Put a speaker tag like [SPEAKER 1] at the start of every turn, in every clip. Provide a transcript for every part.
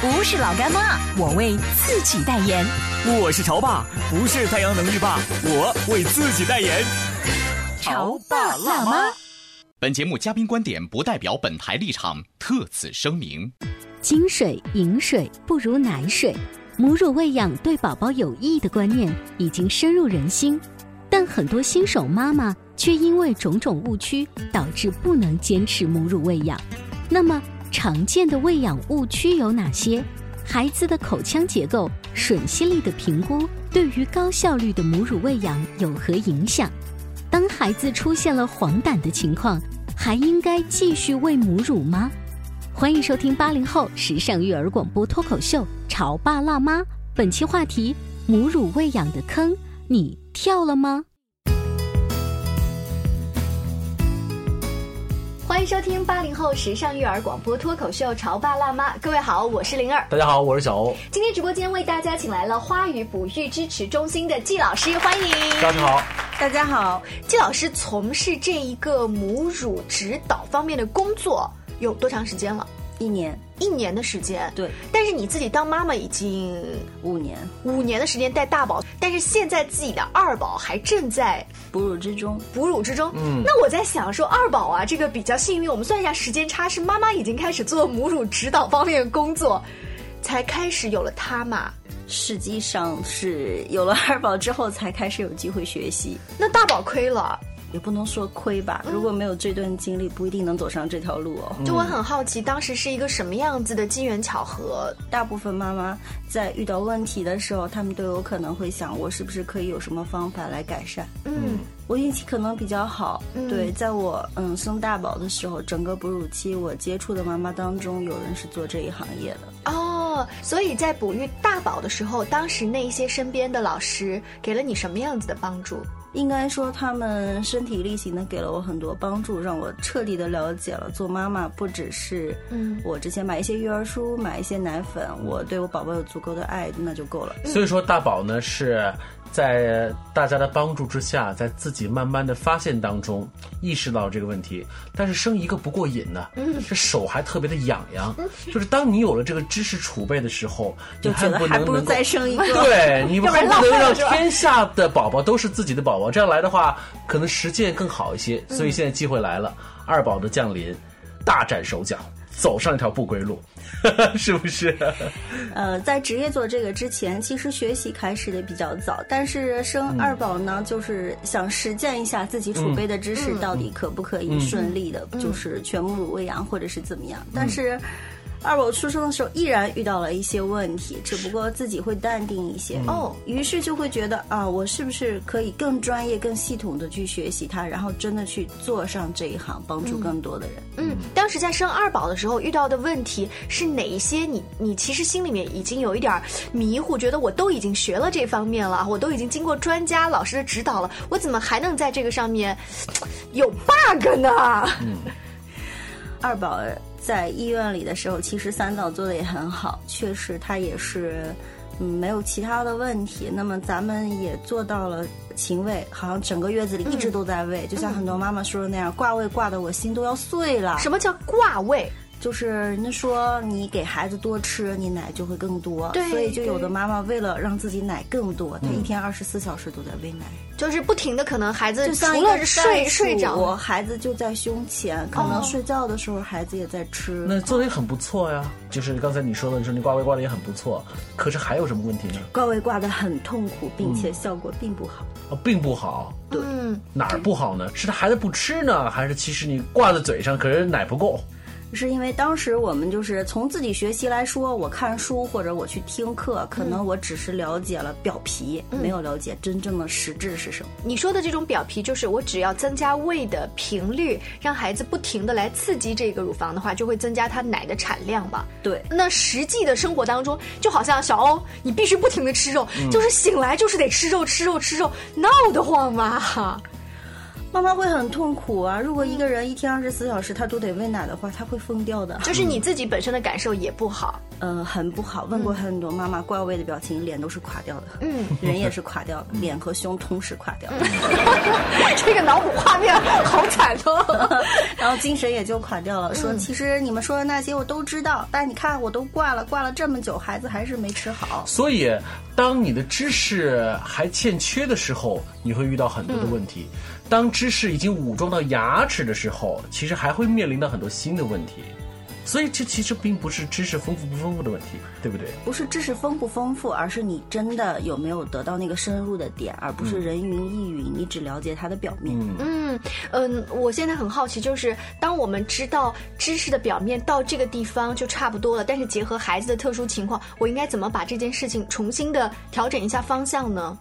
[SPEAKER 1] 不是老干妈，我为自己代言。
[SPEAKER 2] 我是潮爸，不是太阳能浴霸，我为自己代言。
[SPEAKER 1] 潮爸辣妈。
[SPEAKER 3] 本节目嘉宾观点不代表本台立场，特此声明。
[SPEAKER 1] 精水、饮水不如奶水，母乳喂养对宝宝有益的观念已经深入人心，但很多新手妈妈却因为种种误区，导致不能坚持母乳喂养。那么，常见的喂养误区有哪些？孩子的口腔结构、吮吸力的评估对于高效率的母乳喂养有何影响？当孩子出现了黄疸的情况，还应该继续喂母乳吗？欢迎收听八零后时尚育儿广播脱口秀《潮爸辣妈》。本期话题：母乳喂养的坑，你跳了吗？
[SPEAKER 4] 欢迎收听八零后时尚育儿广播脱口秀《潮爸辣妈》，各位好，我是灵儿。
[SPEAKER 5] 大家好，我是小欧。
[SPEAKER 4] 今天直播间为大家请来了花语哺育支持中心的季老师，欢迎。
[SPEAKER 5] 大家好，
[SPEAKER 4] 大家好，季老师从事这一个母乳指导方面的工作有多长时间了？
[SPEAKER 6] 一年，
[SPEAKER 4] 一年的时间。
[SPEAKER 6] 对，
[SPEAKER 4] 但是你自己当妈妈已经
[SPEAKER 6] 五年，
[SPEAKER 4] 五年的时间带大宝，但是现在自己的二宝还正在
[SPEAKER 6] 哺乳之中，
[SPEAKER 4] 哺乳之中。
[SPEAKER 5] 嗯
[SPEAKER 4] 那我在想说，二宝啊，这个比较幸运。我们算一下时间差，是妈妈已经开始做母乳指导方面的工作，才开始有了他嘛。
[SPEAKER 6] 实际上是有了二宝之后才开始有机会学习，
[SPEAKER 4] 那大宝亏了，
[SPEAKER 6] 也不能说亏吧。如果没有这段经历，不一定能走上这条路哦。
[SPEAKER 4] 就我很好奇，当时是一个什么样子的机缘巧合？
[SPEAKER 6] 大部分妈妈在遇到问题的时候，她们都有可能会想，我是不是可以有什么方法来改善？
[SPEAKER 4] 嗯
[SPEAKER 6] 我运气可能比较好，
[SPEAKER 4] 嗯
[SPEAKER 6] 对，在我嗯生大宝的时候，整个哺乳期我接触的妈妈当中，有人是做这一行业的。
[SPEAKER 4] 哦，所以在哺育大宝的时候，当时那一些身边的老师给了你什么样子的帮助？
[SPEAKER 6] 应该说，他们身体力行的给了我很多帮助，让我彻底的了解了做妈妈不只是，
[SPEAKER 4] 嗯
[SPEAKER 6] 我之前买一些育儿书，买一些奶粉，我对我宝宝有足够的爱，那就够了。
[SPEAKER 5] 所以说大宝呢是在大家的帮助之下，在自己慢慢的发现当中意识到这个问题，但是生一个不过瘾呢、这手还特别的痒痒。就是当你有了这个知识储备的时候，你
[SPEAKER 6] 就觉
[SPEAKER 5] 还
[SPEAKER 6] 得
[SPEAKER 5] 不
[SPEAKER 6] 还
[SPEAKER 5] 能
[SPEAKER 6] 不如
[SPEAKER 5] 能够
[SPEAKER 6] 再生一个。
[SPEAKER 5] 对，哎你们
[SPEAKER 4] 要不
[SPEAKER 5] 还
[SPEAKER 4] 然
[SPEAKER 5] 不能
[SPEAKER 4] 浪
[SPEAKER 5] 让
[SPEAKER 4] 费了
[SPEAKER 5] 天下的宝宝都是自己的宝宝，这样来的话，可能实践更好一些。所以现在机会来了，二宝的降临，大展手脚，走上一条不归路， 是不是？
[SPEAKER 6] 呃，在职业做这个之前，其实学习开始的比较早，但是生二宝呢，就是想实践一下自己储备的知识到底可不可以顺利的，就是全母乳喂养或者是怎么样。但是二宝出生的时候，依然遇到了一些问题，只不过自己会淡定一些。
[SPEAKER 4] 哦，
[SPEAKER 6] 于是就会觉得啊，我是不是可以更专业、更系统的去学习它，然后真的去做上这一行，帮助更多的人。
[SPEAKER 4] 嗯，当时在生二宝的时候遇到的问题是哪一些你？你其实心里面已经有一点儿迷糊，觉得我都已经学了这方面了，我都已经经过专家老师的指导了，我怎么还能在这个上面有 bug 呢？
[SPEAKER 6] 二宝在医院里的时候，其实三道做的也很好，确实他也是，嗯，没有其他的问题。那么咱们也做到了勤喂，好像整个月子里一
[SPEAKER 4] 嗯嗯
[SPEAKER 6] 直都在喂，就像很多妈妈说的那样，挂喂挂的我心都要碎了。
[SPEAKER 4] 什么叫挂位？
[SPEAKER 6] 就是人家说你给孩子多吃，你奶就会更多，
[SPEAKER 4] 对
[SPEAKER 6] 所以就有
[SPEAKER 4] 对
[SPEAKER 6] 的妈妈为了让自己奶更多，她一天二十四小时都在喂奶，
[SPEAKER 4] 就是不停的，可能孩子
[SPEAKER 6] 就像
[SPEAKER 4] 除
[SPEAKER 6] 一
[SPEAKER 4] 了
[SPEAKER 6] 个
[SPEAKER 4] 是睡
[SPEAKER 6] 袋鼠
[SPEAKER 4] 睡着，哦
[SPEAKER 6] 孩子就在胸前，可能睡觉的时候孩子也在吃。
[SPEAKER 5] 那做的也很不错呀。就是刚才你说的，你说你挂位挂的也很不错，可是还有什么问题呢？
[SPEAKER 6] 挂位挂得很痛苦，并且效果并不好。
[SPEAKER 5] 哦，并不好，
[SPEAKER 4] 嗯，
[SPEAKER 5] 哪儿不好呢？是他孩子不吃呢，还是其实你挂在嘴上，可是奶不够？
[SPEAKER 6] 是因为当时我们就是从自己学习来说，我看书或者我去听课，可能我只是了解了表皮，没有了解真正的实质是什么。
[SPEAKER 4] 你说的这种表皮，就是我只要增加喂的频率，让孩子不停的来刺激这个乳房的话，就会增加他奶的产量吧。
[SPEAKER 6] 对，
[SPEAKER 4] 那实际的生活当中，就好像小欧，你必须不停的吃肉，就是醒来就是得吃肉，吃肉，吃肉，闹得慌嘛。
[SPEAKER 6] 妈妈会很痛苦啊。如果一个人一天二十四小时他都得喂奶的话，他会疯掉的。
[SPEAKER 4] 就是你自己本身的感受也不好，
[SPEAKER 6] 呃，很不好。问过很多妈妈，挂位的表情，脸都是垮掉的，
[SPEAKER 4] 嗯，
[SPEAKER 6] 人也是垮掉的，脸和胸同时垮掉的，
[SPEAKER 4] 这个脑补画面好惨 哦。
[SPEAKER 6] 然后精神也就垮掉了。说
[SPEAKER 4] 嗯
[SPEAKER 6] 其实你们说的那些我都知道，但你看我都挂了，挂了这么久，孩子还是没吃好。
[SPEAKER 5] 所以，当你的知识还欠缺的时候，你会遇到很多的问题；当知识已经武装到牙齿的时候，其实还会面临到很多新的问题。所以，这其实并不是知识丰富不丰富的问题，对不对？
[SPEAKER 6] 不是知识丰不丰富，而是你真的有没有得到那个深入的点，而不是人云亦云，你只了解它的表面。
[SPEAKER 4] 嗯嗯，我现在很好奇，就是当我们知道知识的表面到这个地方就差不多了，但是结合孩子的特殊情况，我应该怎么把这件事情重新的调整一下方向呢？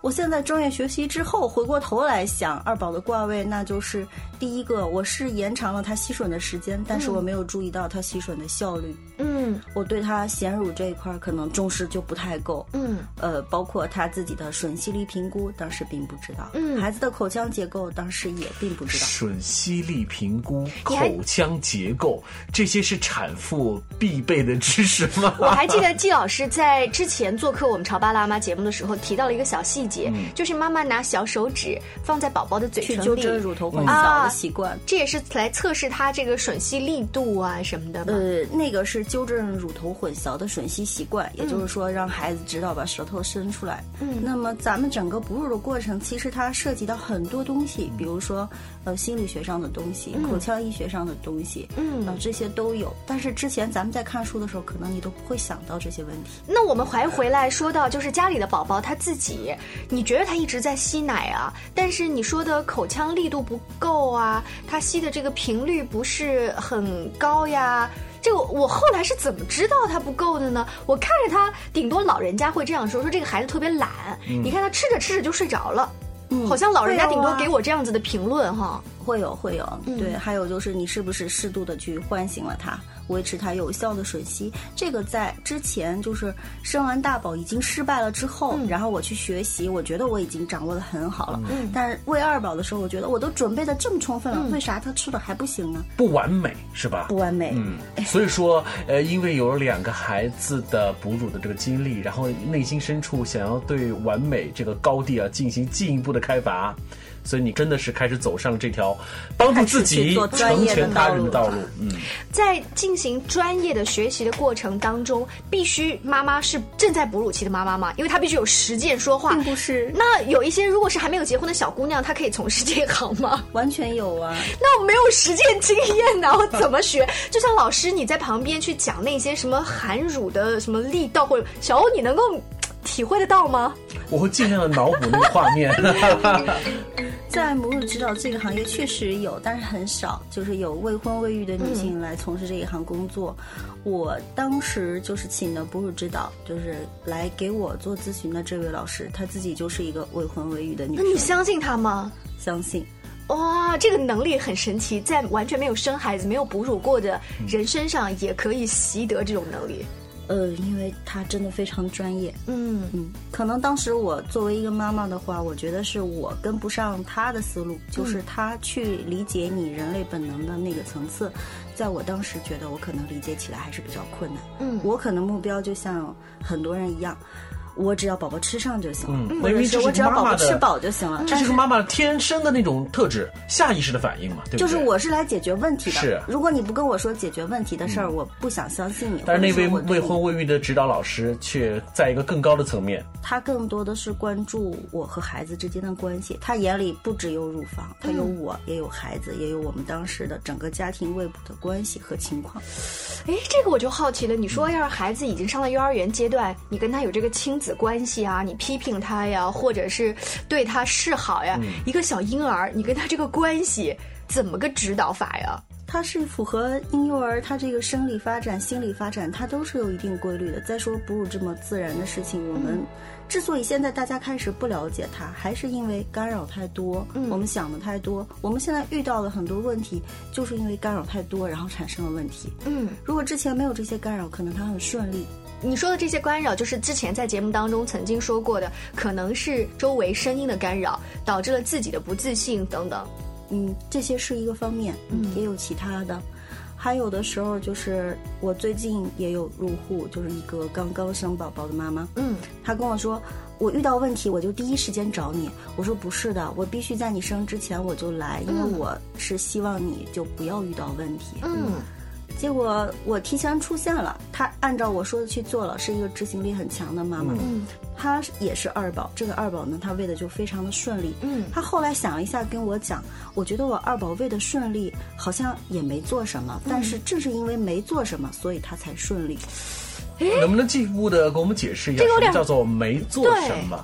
[SPEAKER 6] 我现在专业学习之后，回过头来想二宝的挂位，那就是第一个，我是延长了他吸吮的时间，但是我没有注意到他吸吮的效率。
[SPEAKER 4] 嗯
[SPEAKER 6] 我对他衔乳这一块儿可能重视就不太够。
[SPEAKER 4] 嗯
[SPEAKER 6] 呃，包括他自己的吮吸力评估，当时并不知道。
[SPEAKER 4] 嗯
[SPEAKER 6] 孩子的口腔结构当时也并不知道。
[SPEAKER 5] 吮吸力评估、
[SPEAKER 4] 你还
[SPEAKER 5] 口腔结构，这些是产妇必备的知识吗？
[SPEAKER 4] 我还记得季老师在之前做客我们《潮爸辣妈》节目的时候提到了一个小细节，就是妈妈拿小手指放在宝宝的嘴
[SPEAKER 6] 去
[SPEAKER 4] 唇
[SPEAKER 6] 纠
[SPEAKER 4] 里，
[SPEAKER 6] 正乳头混
[SPEAKER 4] 嗯
[SPEAKER 6] 淆
[SPEAKER 4] 啊
[SPEAKER 6] 的习惯，
[SPEAKER 4] 这也是来测试他这个吮吸力度啊什么的嘛。
[SPEAKER 6] 呃，那个是纠正乳头混淆的吮吸习惯，也就是说让孩子知道把舌头伸出来。
[SPEAKER 4] 嗯
[SPEAKER 6] 那么咱们整个哺乳的过程，其实它涉及到很多东西，比如说呃心理学上的东西、口腔医学上的东西，
[SPEAKER 4] 嗯
[SPEAKER 6] 呃这些都有。但是之前咱们在看书的时候，可能你都不会想到这些问题。
[SPEAKER 4] 那我们还回来说到，就是家里的宝宝他自己，你觉得他一直在吸奶啊，但是你说的口腔力度不够啊，他吸的这个频率不是很高呀。这个我后来是怎么知道他不够的呢？我看着他，顶多老人家会这样说：说这个孩子特别懒，你看他吃着吃着就睡着了，好像老人家
[SPEAKER 6] 会有
[SPEAKER 4] 顶多
[SPEAKER 6] 啊
[SPEAKER 4] 给我这样子的评论哈。
[SPEAKER 6] 会有会有，对，还有就是你是不是适度的去唤醒了他，维持他有效的吮吸，这个在之前就是生完大宝已经失败了之后，然后我去学习，我觉得我已经掌握的很好了，嗯、但是喂二宝的时候，我觉得我都准备的这么充分了，为啥他吃的还不行呢？
[SPEAKER 5] 不完美是吧？
[SPEAKER 6] 不完美，
[SPEAKER 5] 所以说，呃，因为有了两个孩子的哺乳的这个经历，然后内心深处想要对完美这个高地啊进行进一步的开拔，所以你真的是开始走上了这条帮助自
[SPEAKER 6] 开始去
[SPEAKER 5] 己
[SPEAKER 6] 做专
[SPEAKER 5] 成
[SPEAKER 6] 业的
[SPEAKER 5] 全他人的
[SPEAKER 6] 道
[SPEAKER 5] 道
[SPEAKER 6] 路
[SPEAKER 5] 路。嗯，
[SPEAKER 4] 在进行专业的学习的过程当中，必须妈妈是正在哺乳期的妈妈嘛，因为她必须有实践说话。
[SPEAKER 6] 并不是
[SPEAKER 4] 那有一些如果是还没有结婚的小姑娘，她可以从事这一行吗？
[SPEAKER 6] 完全有啊，
[SPEAKER 4] 那我没有实践经验呐，我怎么学？就像老师你在旁边去讲那些什么含乳的什么力道，或者小欧，你能够嘖体会得到吗？
[SPEAKER 5] 我会尽量的脑补那个画 面。
[SPEAKER 6] 在母乳指导这个行业确实有，但是很少，就是有未婚未育的女
[SPEAKER 4] 嗯
[SPEAKER 6] 性来从事这一行工作。我当时就是请的哺乳指导，就是来给我做咨询的这位老师，她自己就是一个未婚未育的女
[SPEAKER 4] 那你
[SPEAKER 6] 性，
[SPEAKER 4] 相信她吗？
[SPEAKER 6] 相信。
[SPEAKER 4] 哇，这个能力很神奇，在完全没有生孩子、没有哺乳过的人身上也可以习得这种能力。
[SPEAKER 6] 呃，因为她真的非常专业，
[SPEAKER 4] 嗯
[SPEAKER 6] 嗯，可能当时我作为一个妈妈的话，我觉得是我跟不上她的思路，
[SPEAKER 4] 嗯
[SPEAKER 6] 就是她去理解你人类本能的那个层次，在我当时觉得我可能理解起来还是比较困难。
[SPEAKER 4] 嗯
[SPEAKER 6] 我可能目标就像很多人一样，我只要宝宝吃上就行了，
[SPEAKER 5] 嗯，
[SPEAKER 6] 或
[SPEAKER 5] 因
[SPEAKER 6] 者
[SPEAKER 5] 为
[SPEAKER 6] 是
[SPEAKER 5] 这
[SPEAKER 6] 我只
[SPEAKER 5] 是
[SPEAKER 6] 要
[SPEAKER 5] 妈
[SPEAKER 6] 宝
[SPEAKER 5] 妈
[SPEAKER 6] 宝
[SPEAKER 5] 的嗯
[SPEAKER 6] 吃饱就行了。
[SPEAKER 5] 这就是妈妈天生的那种特质，下意识的反应嘛，对不对？
[SPEAKER 6] 就是。我是来解决问题的。
[SPEAKER 5] 是嗯
[SPEAKER 6] 如果你不跟我说解决问题的事儿，我不想相信你。
[SPEAKER 5] 但是那位
[SPEAKER 6] 或
[SPEAKER 5] 未
[SPEAKER 6] 者说我对你
[SPEAKER 5] 婚未育的指导老师却在一个更高的层面，
[SPEAKER 6] 他更多的是关注我和孩子之间的关系，他眼里不只有乳房，他有
[SPEAKER 5] 嗯
[SPEAKER 6] 我，也有孩子，也有我们当时的整个家庭未卜的关系和情况。
[SPEAKER 4] 哎，这个我就好奇了。你说，要是孩子已经上了幼儿园阶段，你跟他有这个亲子关系啊，你批评他呀，或者是对他示好呀，一个小婴儿，你跟他这个关系怎么个指导法呀？
[SPEAKER 6] 它是符合婴幼儿他这个生理发展、心理发展，它都是有一定规律的。再说哺乳这么自然的事情，我们之所以现在大家开始不了解它，还是因为干扰太多，我们想的太多。我们现在遇到了很多问题，就是因为干扰太多，然后产生了问题。
[SPEAKER 4] 嗯，
[SPEAKER 6] 如果之前没有这些干扰，可能它很顺利。
[SPEAKER 4] 你说的这些干扰，就是之前在节目当中曾经说过的，可能是周围声音的干扰，导致了自己的不自信等等。
[SPEAKER 6] 嗯，这些是一个方面，嗯，也有其他的。还有的时候就是我最近也有入户，就是一个刚刚生宝宝的妈妈，
[SPEAKER 4] 嗯，
[SPEAKER 6] 她跟我说，我遇到问题我就第一时间找你。我说不是的，我必须在你生之前我就来，因为我是希望你就不要遇到问题。
[SPEAKER 4] 嗯，
[SPEAKER 6] 结果我提前出现了，她按照我说的去做了，是一个执行力很强的妈妈。
[SPEAKER 4] 嗯，
[SPEAKER 6] 她也是二宝，这个二宝呢，她喂的就非常的顺利。
[SPEAKER 4] 嗯
[SPEAKER 6] 她后来想了一下跟我讲，我觉得我二宝喂的顺利，好像也没做什么，但是正是因为没做什么，所以她才顺利。
[SPEAKER 5] 能不能进一步的给我们解释一下
[SPEAKER 4] 这个有
[SPEAKER 5] 什么
[SPEAKER 4] 点
[SPEAKER 5] 叫做没做什么？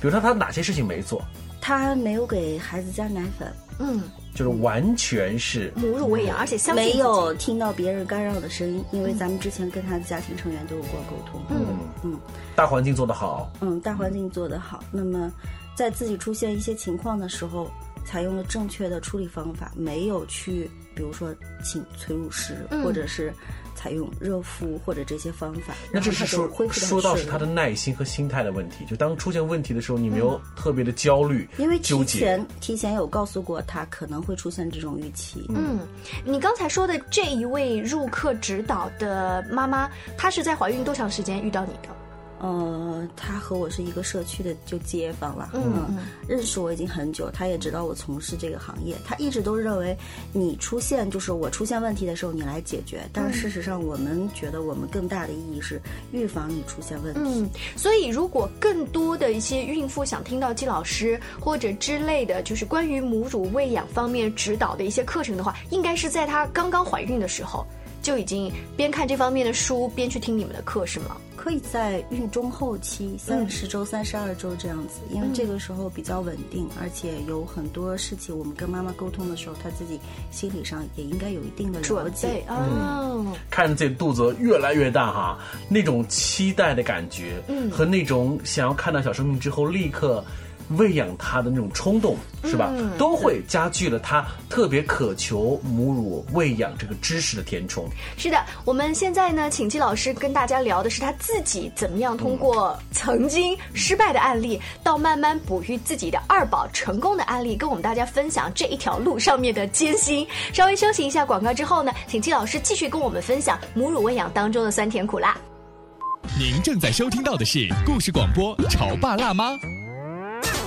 [SPEAKER 5] 比如说他哪些事情没做，
[SPEAKER 6] 她没有给孩子加奶粉，
[SPEAKER 4] 嗯，
[SPEAKER 5] 就是完全是
[SPEAKER 4] 母乳喂养，而且相信
[SPEAKER 6] 没
[SPEAKER 4] 自己嗯
[SPEAKER 6] 有听到别人干扰的声音，因为咱们之前跟他的家庭成员都有过沟通。嗯嗯
[SPEAKER 5] 大环境做得好，
[SPEAKER 6] 嗯，大环境做得好，那么在自己出现一些情况的时候，采用了正确的处理方法，没有去比如说请催乳师，
[SPEAKER 4] 嗯
[SPEAKER 6] 或者是采用热敷或者这些方法，
[SPEAKER 5] 那
[SPEAKER 6] 然后
[SPEAKER 5] 这
[SPEAKER 6] 他
[SPEAKER 5] 是
[SPEAKER 6] 就
[SPEAKER 5] 说
[SPEAKER 6] 恢复得很
[SPEAKER 5] 说到
[SPEAKER 6] 顺
[SPEAKER 5] 是他的
[SPEAKER 6] 利。
[SPEAKER 5] 耐心和心态的问题，就当出现问题的时候，你没有特别的焦虑，
[SPEAKER 6] 嗯因为
[SPEAKER 5] 纠
[SPEAKER 6] 提
[SPEAKER 5] 结。
[SPEAKER 6] 前提前有告诉过他可能会出现这种预期，
[SPEAKER 4] 嗯，你刚才说的这一位入课指导的妈妈，她是在怀孕多长时间遇到你的？
[SPEAKER 6] 呃，他和我是一个社区的就街坊了，
[SPEAKER 4] 嗯嗯
[SPEAKER 6] 认识我已经很久，他也知道我从事这个行业，他一直都认为你出现就是我出现问题的时候你来解决，但
[SPEAKER 4] 嗯
[SPEAKER 6] 事实上我们觉得我们更大的意义是预防你出现问题。
[SPEAKER 4] 嗯，所以如果更多的一些孕妇想听到季老师或者之类的，就是关于母乳喂养方面指导的一些课程的话，应该是在她刚刚怀孕的时候就已经边看这方面的书边去听你们的课，是吗？
[SPEAKER 6] 可以在孕中后期三十周、三十二周这样子，因为
[SPEAKER 4] 嗯
[SPEAKER 6] 这个时候比较稳定，而且有很多事情我们跟妈妈沟通的时候，她自己心理上也应该有一定的了
[SPEAKER 4] 准
[SPEAKER 6] 解。
[SPEAKER 4] 备哦，
[SPEAKER 5] 看着自己肚子越来越大哈，那种期待的感觉，
[SPEAKER 4] 嗯
[SPEAKER 5] 和那种想要看到小生命之后立刻喂养它的那种冲动，是吧？都会加剧了他特别渴求母乳喂养这个知识的填充。
[SPEAKER 4] 是的，我们现在呢，请季老师跟大家聊的是他自己怎么样通过曾经失败的案例，到慢慢哺育自己的二宝成功的案例，跟我们大家分享这一条路上面的艰辛。稍微休息一下广告之后呢，请季老师继续跟我们分享母乳喂养当中的酸甜苦辣。
[SPEAKER 2] 您正在收听到的是故事广播《潮爸辣妈》。
[SPEAKER 1] 《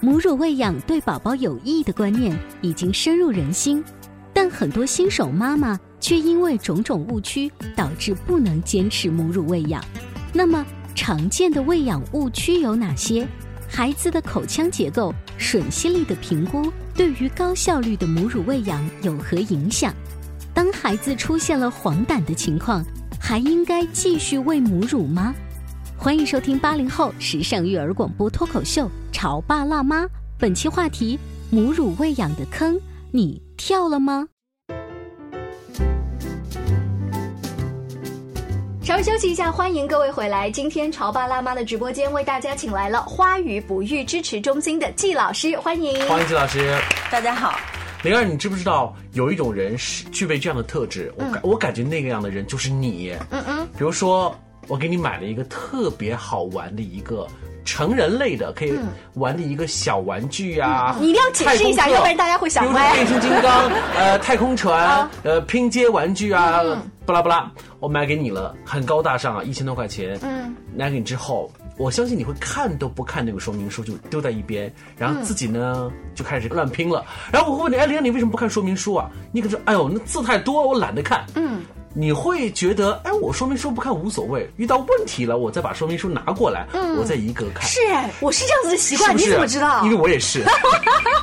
[SPEAKER 1] 母乳喂养对宝宝有益的观念已经深入人心，但很多新手妈妈却因为种种误区，导致不能坚持母乳喂养。那么，常见的喂养误区有哪些？孩子的口腔结构、吮吸力的评估对于高效率的母乳喂养有何影响？当孩子出现了黄疸的情况，还应该继续喂母乳吗？欢迎收听八零后时尚育儿广播脱口秀《潮爸辣妈》，本期话题：母乳喂养的坑，你跳了吗？
[SPEAKER 4] 稍微休息一下，欢迎各位回来。今天潮爸辣妈的直播间为大家请来了花语哺育支持中心的季老师，欢迎。
[SPEAKER 5] 欢迎季老师。
[SPEAKER 6] 大家好，
[SPEAKER 5] 灵儿，你知不知道有一种人是具备这样的特质？
[SPEAKER 4] 嗯
[SPEAKER 5] 我感、我感觉那个样的人就是你。嗯嗯。比如说，我给你买了一个特别好玩的一个成人类的可以玩的一个小玩具啊，
[SPEAKER 4] 嗯你一定要解释一下
[SPEAKER 5] 太空车
[SPEAKER 4] 要不然大家会想
[SPEAKER 5] 比如说
[SPEAKER 4] 歪
[SPEAKER 5] 变形金刚、呃太空船、呃拼接玩具啊，不拉不拉，我买给你了，很高大上啊，一千多块钱。嗯，买给你之后。我相信你会看都不看那个说明书就丢在一边，然后自己呢、就开始乱拼了。然后我会问你，哎，玲儿，你为什么不看说明书啊？你可说，哎呦，那字太多，我懒得看。嗯，你会觉得，哎，我说明书不看无所谓，遇到问题了，我再把说明书拿过来，我再一个看。
[SPEAKER 4] 是哎，我是这样子的习惯，
[SPEAKER 5] 是不是
[SPEAKER 4] 你怎么知道？嗯
[SPEAKER 5] 因为我也 是。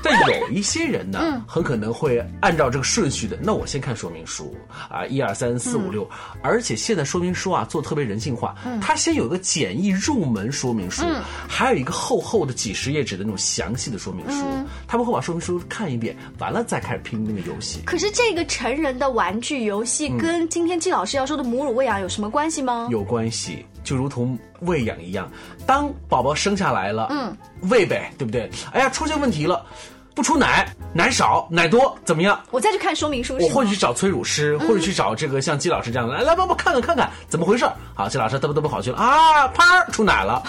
[SPEAKER 5] 但有一些人呢，很可能会按照这个顺序的。那我先看说明书啊，一二三四五六。
[SPEAKER 4] 嗯
[SPEAKER 5] 而且现在说明书啊，做得特别人性化，它先有一个简易入门说明书，
[SPEAKER 4] 嗯
[SPEAKER 5] 还有一个厚厚的几十页纸的那种详细的说明书。
[SPEAKER 4] 嗯
[SPEAKER 5] 他们会把说明书看一遍，完了再开始拼那个游戏。
[SPEAKER 4] 可是这个成人的玩具游戏跟今天季老师要说的母乳喂养有什么关系吗？
[SPEAKER 5] 嗯有关系，就如同喂养一样，当宝宝生下来了，嗯，喂呗，对不对？哎呀，出现问题了，不出奶，奶少，奶多，怎么样？
[SPEAKER 4] 我再去看说明书是
[SPEAKER 5] 我
[SPEAKER 4] 吗？
[SPEAKER 5] 会去找催乳师，或
[SPEAKER 6] 嗯
[SPEAKER 5] 者去找这个像季老师这样的，来来帮我看看看看怎么回事儿。好，季老师嘚啵嘚啵跑去了啊，啪出奶 了。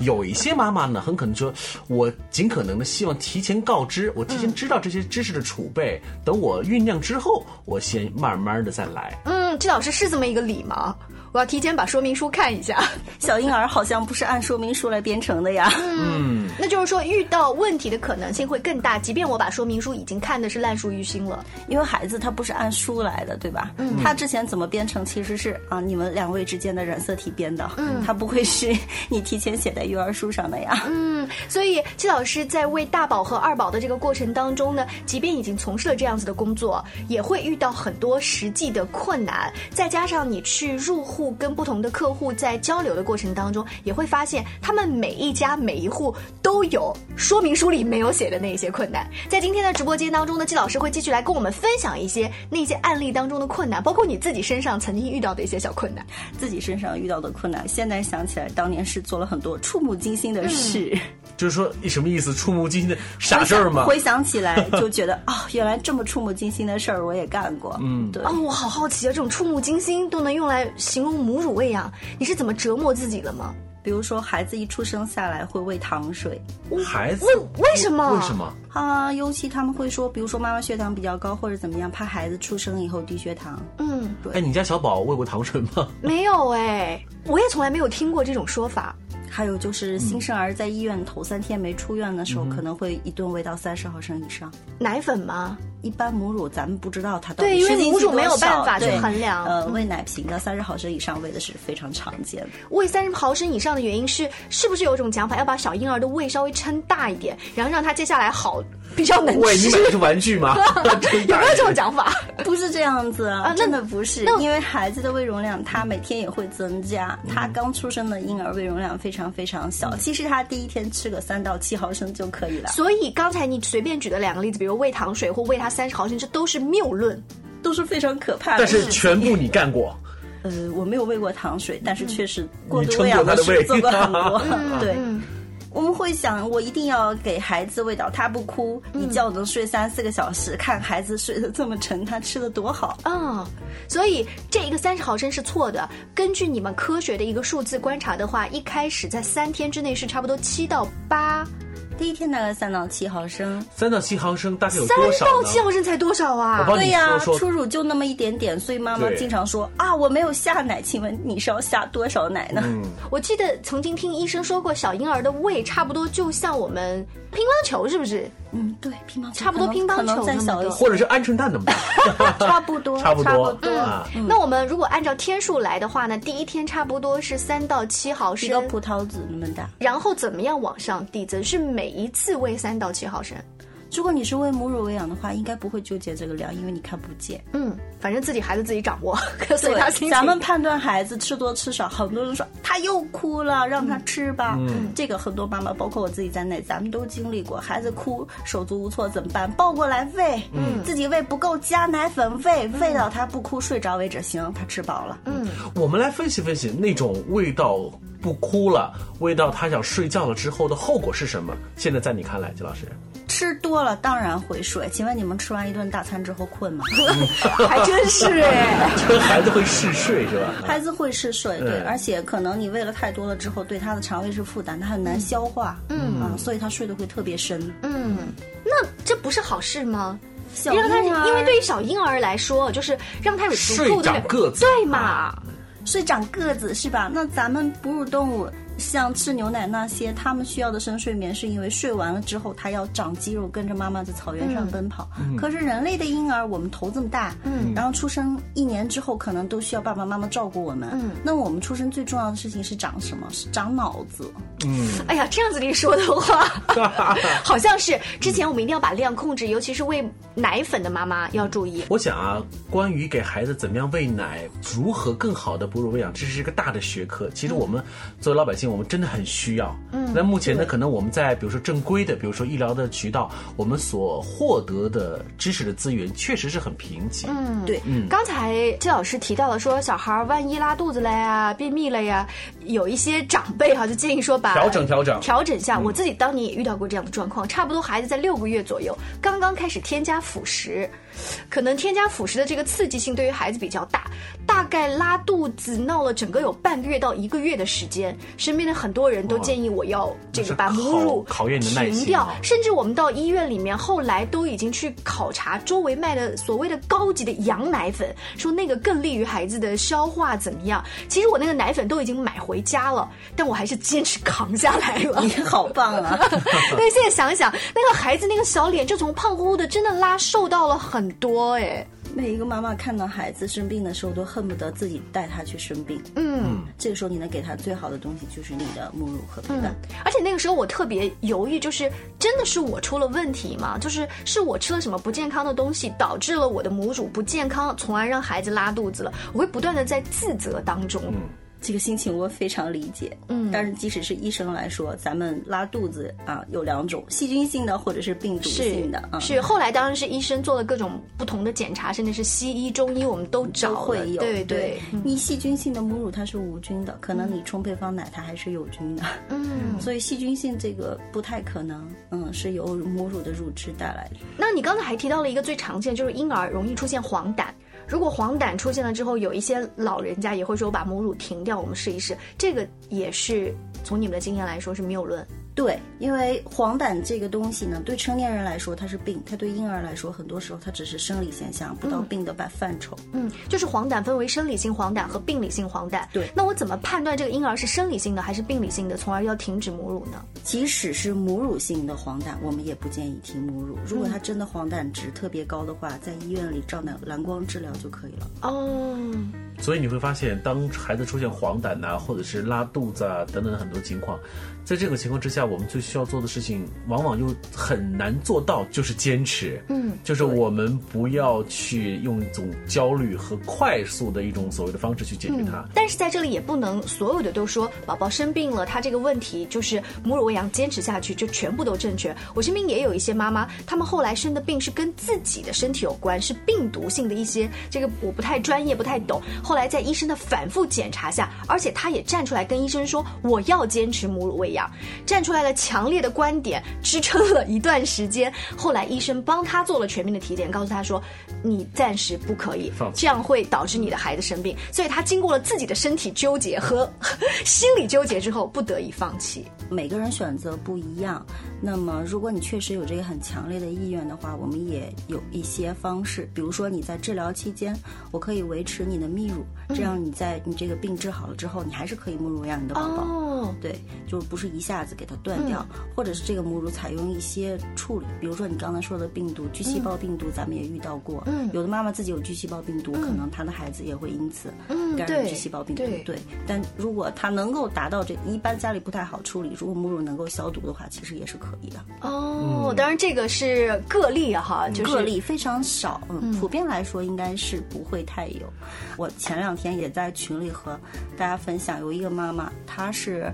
[SPEAKER 5] 有一些妈妈呢，很可能说，我尽可能的希望提前告知，我
[SPEAKER 6] 嗯
[SPEAKER 5] 提前知道这些知识的储备，等我酝酿之后，我先慢慢的再来。
[SPEAKER 4] 嗯，季老师是这么一个理吗？我要提前把说明书看一下。
[SPEAKER 6] 小婴儿好像不是按说明书来编程的呀。
[SPEAKER 5] 嗯
[SPEAKER 4] 那就是说，遇到问题的可能性会更大，即便我把说明书已经看的是烂熟于心了。
[SPEAKER 6] 因为孩子他不是按书来的，对吧？他之前怎么编程其实是啊，你们两位之间的染色体编的，他不会是 你提前写在育儿书上的呀。
[SPEAKER 4] 所以，季老师在为大宝和二宝的这个过程当中呢，即便已经从事了这样子的工作，也会遇到很多实际的困难。再加上你去入户跟不同的客户在交流的过程当中，也会发现他们每一家每一户都有说明书里没有写的那些困难。在今天的直播间当中呢，季老师会继续来跟我们分享一些那些案例当中的困难，包括你自己身上曾经遇到的一些小困难。
[SPEAKER 6] 自己身上遇到的困难，现在想起来，当年是做了很多触目惊心的事。
[SPEAKER 5] 就是说什么意思？触目惊心的傻事儿吗？
[SPEAKER 6] 回想起来就觉得 啊、原来这么触目惊心的事儿我也干过。嗯，对。
[SPEAKER 4] 哦，我好好奇啊，这种触目惊心都能用来形容母乳喂养，你是怎么折磨自己的吗？
[SPEAKER 6] 比如说，孩子一出生下来会喂糖水
[SPEAKER 5] 孩子
[SPEAKER 4] 为为什么？
[SPEAKER 5] 为什？么？
[SPEAKER 6] 啊，尤其他们会说，比如说妈妈血糖比较高或者怎么样，怕孩子出生以后低血糖。
[SPEAKER 4] 嗯，
[SPEAKER 5] 哎，你家小宝喂过糖水 吗？
[SPEAKER 4] 没有哎，我也从来没有听过这种说法。
[SPEAKER 6] 还有
[SPEAKER 5] 嗯
[SPEAKER 6] 就是新生儿在医院头三天没出院的时候，可能会一顿喂到三十毫升以上。
[SPEAKER 4] 奶粉吗？
[SPEAKER 6] 一般母乳咱们不知道它到
[SPEAKER 4] 对
[SPEAKER 6] 底
[SPEAKER 4] 因为
[SPEAKER 6] 吃进去
[SPEAKER 4] 母乳没有
[SPEAKER 6] 多少
[SPEAKER 4] 办法去
[SPEAKER 6] 对
[SPEAKER 4] 衡量
[SPEAKER 6] 呃，
[SPEAKER 4] 嗯
[SPEAKER 6] 喂奶瓶的三十毫升以上喂的是非常常见的。
[SPEAKER 4] 喂三十毫升以上的原因是，是不是有一种讲法要把小婴儿的胃稍微撑大一点，然后让他接下来好比较能
[SPEAKER 5] 喂，你
[SPEAKER 4] 吃？
[SPEAKER 5] 买的是玩具 吗？
[SPEAKER 4] 有没有这种讲法？
[SPEAKER 6] 不是这样子啊，
[SPEAKER 4] 那
[SPEAKER 6] 真的不是
[SPEAKER 4] 那，
[SPEAKER 6] 因为孩子的胃容量它每天也会增加。
[SPEAKER 5] 嗯
[SPEAKER 6] 他刚出生的婴儿胃容量非常非常小，其实他第一天吃个三到七毫升就可以了，
[SPEAKER 4] 所以刚才你随便举的两个例子，比如喂糖水或喂他三十毫升，这都是谬论。
[SPEAKER 6] 都是非常可怕的
[SPEAKER 5] 但
[SPEAKER 6] 事
[SPEAKER 5] 是
[SPEAKER 6] 情。
[SPEAKER 5] 全部你干过，
[SPEAKER 6] 呃，我没有喂过糖水，但是确实
[SPEAKER 5] 嗯
[SPEAKER 6] 过
[SPEAKER 5] 你
[SPEAKER 6] 度
[SPEAKER 5] 撑
[SPEAKER 6] 喂
[SPEAKER 5] 过
[SPEAKER 6] 养
[SPEAKER 5] 他
[SPEAKER 6] 的
[SPEAKER 5] 的
[SPEAKER 6] 事
[SPEAKER 5] 胃
[SPEAKER 6] 做过很多。
[SPEAKER 4] 嗯
[SPEAKER 6] 对，我们会想，我一定要给孩子喂到他不哭，一觉能睡三四个小时，看孩子睡得这么沉，他吃的多好。
[SPEAKER 4] 啊、所以这一个三十毫升是错的。根据你们科学的一个数字观察的话，一开始在三天之内是差不多七到八，
[SPEAKER 6] 第一天大概三到七毫升，
[SPEAKER 5] 三到七毫升大概有
[SPEAKER 4] 三
[SPEAKER 5] 多少
[SPEAKER 4] 到
[SPEAKER 5] 呢？
[SPEAKER 4] 七毫升才多少
[SPEAKER 5] 我
[SPEAKER 4] 啊？
[SPEAKER 5] 帮
[SPEAKER 6] 对
[SPEAKER 5] 你
[SPEAKER 6] 呀、
[SPEAKER 5] 说
[SPEAKER 6] 初
[SPEAKER 5] 说，
[SPEAKER 6] 乳就那么一点点，所以妈妈
[SPEAKER 5] 对
[SPEAKER 6] 经常说啊，我没有下奶，请问你是要下多少奶呢？
[SPEAKER 5] 嗯
[SPEAKER 4] 我记得曾经听医生说过，小婴儿的胃差不多就像我们乒乓球，是不是？
[SPEAKER 6] 嗯，对，乒乓球
[SPEAKER 4] 差不多
[SPEAKER 6] 可
[SPEAKER 4] 乒
[SPEAKER 6] 能
[SPEAKER 4] 乓
[SPEAKER 6] 可能
[SPEAKER 4] 球
[SPEAKER 6] 再
[SPEAKER 4] 那么
[SPEAKER 6] 小一
[SPEAKER 4] 多
[SPEAKER 6] 些，
[SPEAKER 5] 或者是鹌鹑蛋怎 么办？
[SPEAKER 6] 差不 多，
[SPEAKER 5] 差不多
[SPEAKER 6] 多
[SPEAKER 5] 啊，
[SPEAKER 4] 那我们如果按照天数来的话呢，第一天差不多是三到七毫
[SPEAKER 6] 一个
[SPEAKER 4] 升，
[SPEAKER 6] 葡萄籽那么大。
[SPEAKER 4] 然后怎么样往上递增？是每一次喂三到七毫升。
[SPEAKER 6] 如果你是喂母乳喂养的话，应该不会纠结这个量，因为你看不见。
[SPEAKER 4] 嗯，反正自己孩子自己掌握， 所以他心情。
[SPEAKER 6] 咱们判断孩子吃多吃少，很多人说他又哭了，让他吃吧。
[SPEAKER 4] 嗯
[SPEAKER 6] 这个很多妈妈，包括我自己在内，咱们都经历过。孩子哭，手足无措怎么办？抱过来喂，
[SPEAKER 4] 嗯
[SPEAKER 6] 自己喂不够，加奶粉喂，喂到他不哭睡着为止，行，他吃饱了。嗯，
[SPEAKER 5] 我们来分析分析那种味道不哭了，味道他想睡觉了之后的后果是什么？现在在你看来，季老师，
[SPEAKER 6] 吃多了当然会睡。请问你们吃完一顿大餐之后困吗？
[SPEAKER 4] 嗯还真 是哎，
[SPEAKER 5] 这个孩子会嗜睡是吧？
[SPEAKER 6] 孩子会嗜睡，对，
[SPEAKER 5] 嗯
[SPEAKER 6] 而且可能你喂了太多了之后，对他的肠胃是负担，他很难消化，嗯啊，所以他睡得会特别深。
[SPEAKER 4] 那这不是好事吗？
[SPEAKER 6] 小啊
[SPEAKER 4] 让他，
[SPEAKER 6] 婴儿
[SPEAKER 4] 嗯因为对于小婴儿来说，就是让他有足够
[SPEAKER 5] 睡
[SPEAKER 4] 的
[SPEAKER 5] 长个子啊
[SPEAKER 4] 对嘛？
[SPEAKER 6] 睡长个子是吧？那咱们哺乳动物像吃牛奶那些，它们需要的深睡眠，是因为睡完了之后它要长肌肉，跟着妈妈在草原上奔跑。可是人类的婴儿，我们头这么大，嗯，然后出生一年之后，可能都需要爸爸妈妈照顾我们。嗯，那我们出生最重要的事情是长什么？是长脑 子。
[SPEAKER 5] 嗯
[SPEAKER 4] 哎呀，这样子一说的 话，好像是之前我们一定要把量控制，尤其是喂奶粉的妈妈要注意。
[SPEAKER 5] 我想啊，关于给孩子怎么样喂奶，如何更好的哺乳喂养，这是一个大的学科。其实我们作为老百姓，我们真的很需要。嗯，那目前呢，可能我们在比如说正规的，比如说医疗的渠道，我们所获得的知识的资源确实是很贫瘠。嗯，
[SPEAKER 6] 对，
[SPEAKER 4] 刚才季老师提到了说，小孩儿万一拉肚子了呀、便秘了呀，有一些长辈哈就建议说把
[SPEAKER 5] 调整调整
[SPEAKER 4] 调整一下。
[SPEAKER 5] 嗯
[SPEAKER 4] 我自己当年也遇到过这样的状况，差不多孩子在六个月左右，刚刚开始添加辅食，可能添加辅食的这个刺激性对于孩子比较大，大概拉肚子闹了整个有半个月到一个月的时间，身边的很多人都建议我要这个把母乳
[SPEAKER 5] 考考验你的耐心
[SPEAKER 4] 停掉
[SPEAKER 5] 啊，
[SPEAKER 4] 甚至我们到医院里面，后来都已经去考察周围卖的所谓的高级的羊奶粉，说那个更利于孩子的消化怎么样。其实我那个奶粉都已经买回家了，但我还是坚持扛下来 了。
[SPEAKER 6] 你好棒啊！
[SPEAKER 4] 但现在想一想，那个孩子那个小脸就从胖乎乎的，真的拉瘦到了很多哎。
[SPEAKER 6] 每一个妈妈看到孩子生病的时候，都恨不得自己带他去生病。嗯，这个时候你能给他最好的东西就是你的母乳和陪伴。
[SPEAKER 4] 而且那个时候我特别犹豫，就是真的是我出了问题吗？就是是我吃了什么不健康的东西，导致了我的母乳不健康，从而让孩子拉肚子了。我会不断的在自责当中。
[SPEAKER 6] 嗯这个心情我非常理解，嗯，但是即使是医生来说，咱们拉肚子啊有两种，细菌性的或者是病毒性的啊，
[SPEAKER 4] 是后来当然是医生做了各种不同的检查，甚至是西医、中医，我们都找
[SPEAKER 6] 都
[SPEAKER 4] 了。
[SPEAKER 6] 会有。
[SPEAKER 4] 对嗯
[SPEAKER 6] 对，你细菌性的母乳它是无菌的，可能你冲配方奶它还是有菌的，嗯，所以细菌性这个不太可能，嗯，是由母乳的乳汁带来的。
[SPEAKER 4] 那你刚才还提到了一个最常见，就是婴儿容易出现黄疸。如果黄疸出现了之后，有一些老人家也会说把母乳停掉，我们试一试。这个也是从你们的经验来说是谬论。
[SPEAKER 6] 对，因为黄疸这个东西呢，对成年人来说它是病，它对婴儿来说很多时候它只是生理现象，不到病的范范畴。
[SPEAKER 4] 嗯，就是黄疸分为生理性黄疸和病理性黄疸。
[SPEAKER 6] 对
[SPEAKER 4] 那我怎么判断这个婴儿是生理性的还是病理性的，从而要停止母乳呢？
[SPEAKER 6] 即使是母乳性的黄疸，我们也不建议停母乳。如果他真的黄疸值特别高的话，在医院里照那蓝光治疗就可以了。
[SPEAKER 4] 哦，
[SPEAKER 5] 所以你会发现，当孩子出现黄疸呐、或者是拉肚子啊等等很多情况，在这个情况之下，我们最需要做的事情，往往又很难做到，就是坚持。嗯，就是我们不要去用一种焦虑和快速的一种所谓的方式去解决它。
[SPEAKER 4] 但是在这里也不能所有的都说宝宝生病了，他这个问题就是母乳喂养坚持下去就全部都正确。我身边也有一些妈妈，她们后来生的病是跟自己的身体有关，是病毒性的一些这个我不太专业不太懂。后来在医生的反复检查下，而且她也站出来跟医生说我要坚持母乳喂养，站出来了强烈的观点支撑了一段时间。后来医生帮她做了全面的体检，告诉她说你暂时不可以
[SPEAKER 5] 放弃
[SPEAKER 4] 这样会导致你的孩子生病，所以他经过了自己的身体纠结和 心理纠结之后，不得已放弃。
[SPEAKER 6] 每个人选择不一样，那么如果你确实有这个很强烈的意愿的话，我们也有一些方式，比如说你在治疗期间，我可以维持你的泌乳，这样你在你这个病治好了之后，你还是可以母乳喂养你的宝宝。
[SPEAKER 4] 哦哦，
[SPEAKER 6] 对，就不是一下子给它断掉，或者是这个母乳采用一些处理，比如说你刚才说的病毒，巨细胞病毒，咱们也遇到过，
[SPEAKER 4] 嗯
[SPEAKER 6] 有的妈妈自己有巨细胞病毒，可能她的孩子也会因此
[SPEAKER 4] 嗯
[SPEAKER 6] 感染
[SPEAKER 4] 对
[SPEAKER 6] 巨细胞病毒，
[SPEAKER 4] 对
[SPEAKER 6] 但如果她能够达到这，一般家里不太好处理，如果母乳能够消毒的话，其实也是可以的，
[SPEAKER 4] 哦，
[SPEAKER 5] 嗯
[SPEAKER 4] 当然这个是个例啊哈，就是
[SPEAKER 6] 嗯个例非常少，嗯，
[SPEAKER 4] 嗯
[SPEAKER 6] 普遍来说应该是不会太有。我前两天也在群里和大家分享，有一个妈妈，她是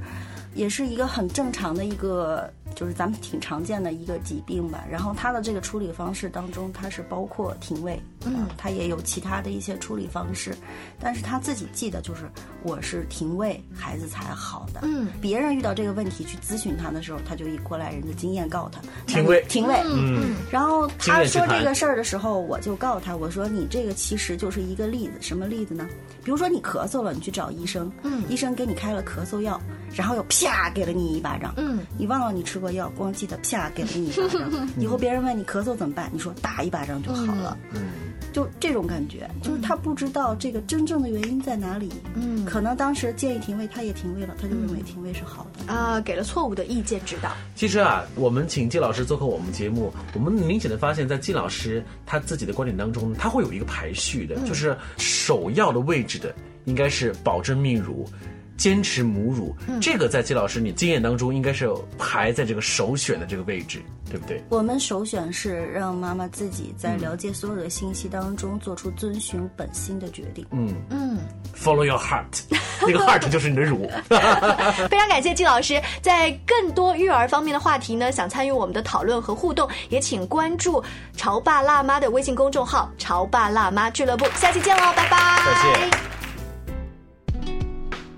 [SPEAKER 6] 也是一个很正常的一个，就是咱们挺常见的一个疾病吧。然后她的这个处理方式当中，它是包括停喂，嗯，她也有其他的一些处理方式，但是她自己记得就是我是停喂孩子才好的，
[SPEAKER 4] 嗯，
[SPEAKER 6] 别人遇到这个问题去咨询她的时候，她就以过来人的经验告她
[SPEAKER 5] 停喂
[SPEAKER 6] 停喂，
[SPEAKER 5] 嗯，
[SPEAKER 6] 然后
[SPEAKER 5] 经
[SPEAKER 6] 他
[SPEAKER 5] 验之
[SPEAKER 6] 说这
[SPEAKER 5] 谈
[SPEAKER 6] 个事儿的时候，我就告诉他，我说你这个其实就是一个例子，什么例子呢？比如说你咳嗽了，你去找医生，嗯，医生给你开了咳嗽药，然后又啪给了你一巴掌，
[SPEAKER 4] 嗯，
[SPEAKER 6] 你忘了你吃过药，光记得啪给了你一巴 掌，以后别人问你咳嗽怎么办，你说打一巴掌就好了，嗯，就这种感觉，就是他不知道这个真正的原因在哪里，嗯，可能当时建议停喂，他也停喂了，他就认为停喂是好的，
[SPEAKER 4] 啊、给了错误的意见指导，
[SPEAKER 5] 其实啊，我们请季老师做客我们节目，我们明显的发现，在季老师他自己的观点当中，他会有一个排序的，就是首要的位置的应该是保证泌乳。坚持母乳，这个在季老师你经验当中应该是有排在这个首选的这个位置，对不对？
[SPEAKER 6] 我们首选是让妈妈自己在了解所有的信息当中做出遵循本心的决定。
[SPEAKER 5] 嗯嗯，Follow your heart，那个 heart 就是你的乳。
[SPEAKER 4] 非常感谢季老师。在更多育儿方面的话题呢，想参与我们的讨论和互动，也请关注“潮爸辣妈”的微信公众号“潮爸辣妈俱乐部”。下期见喽，拜拜！
[SPEAKER 5] 再见。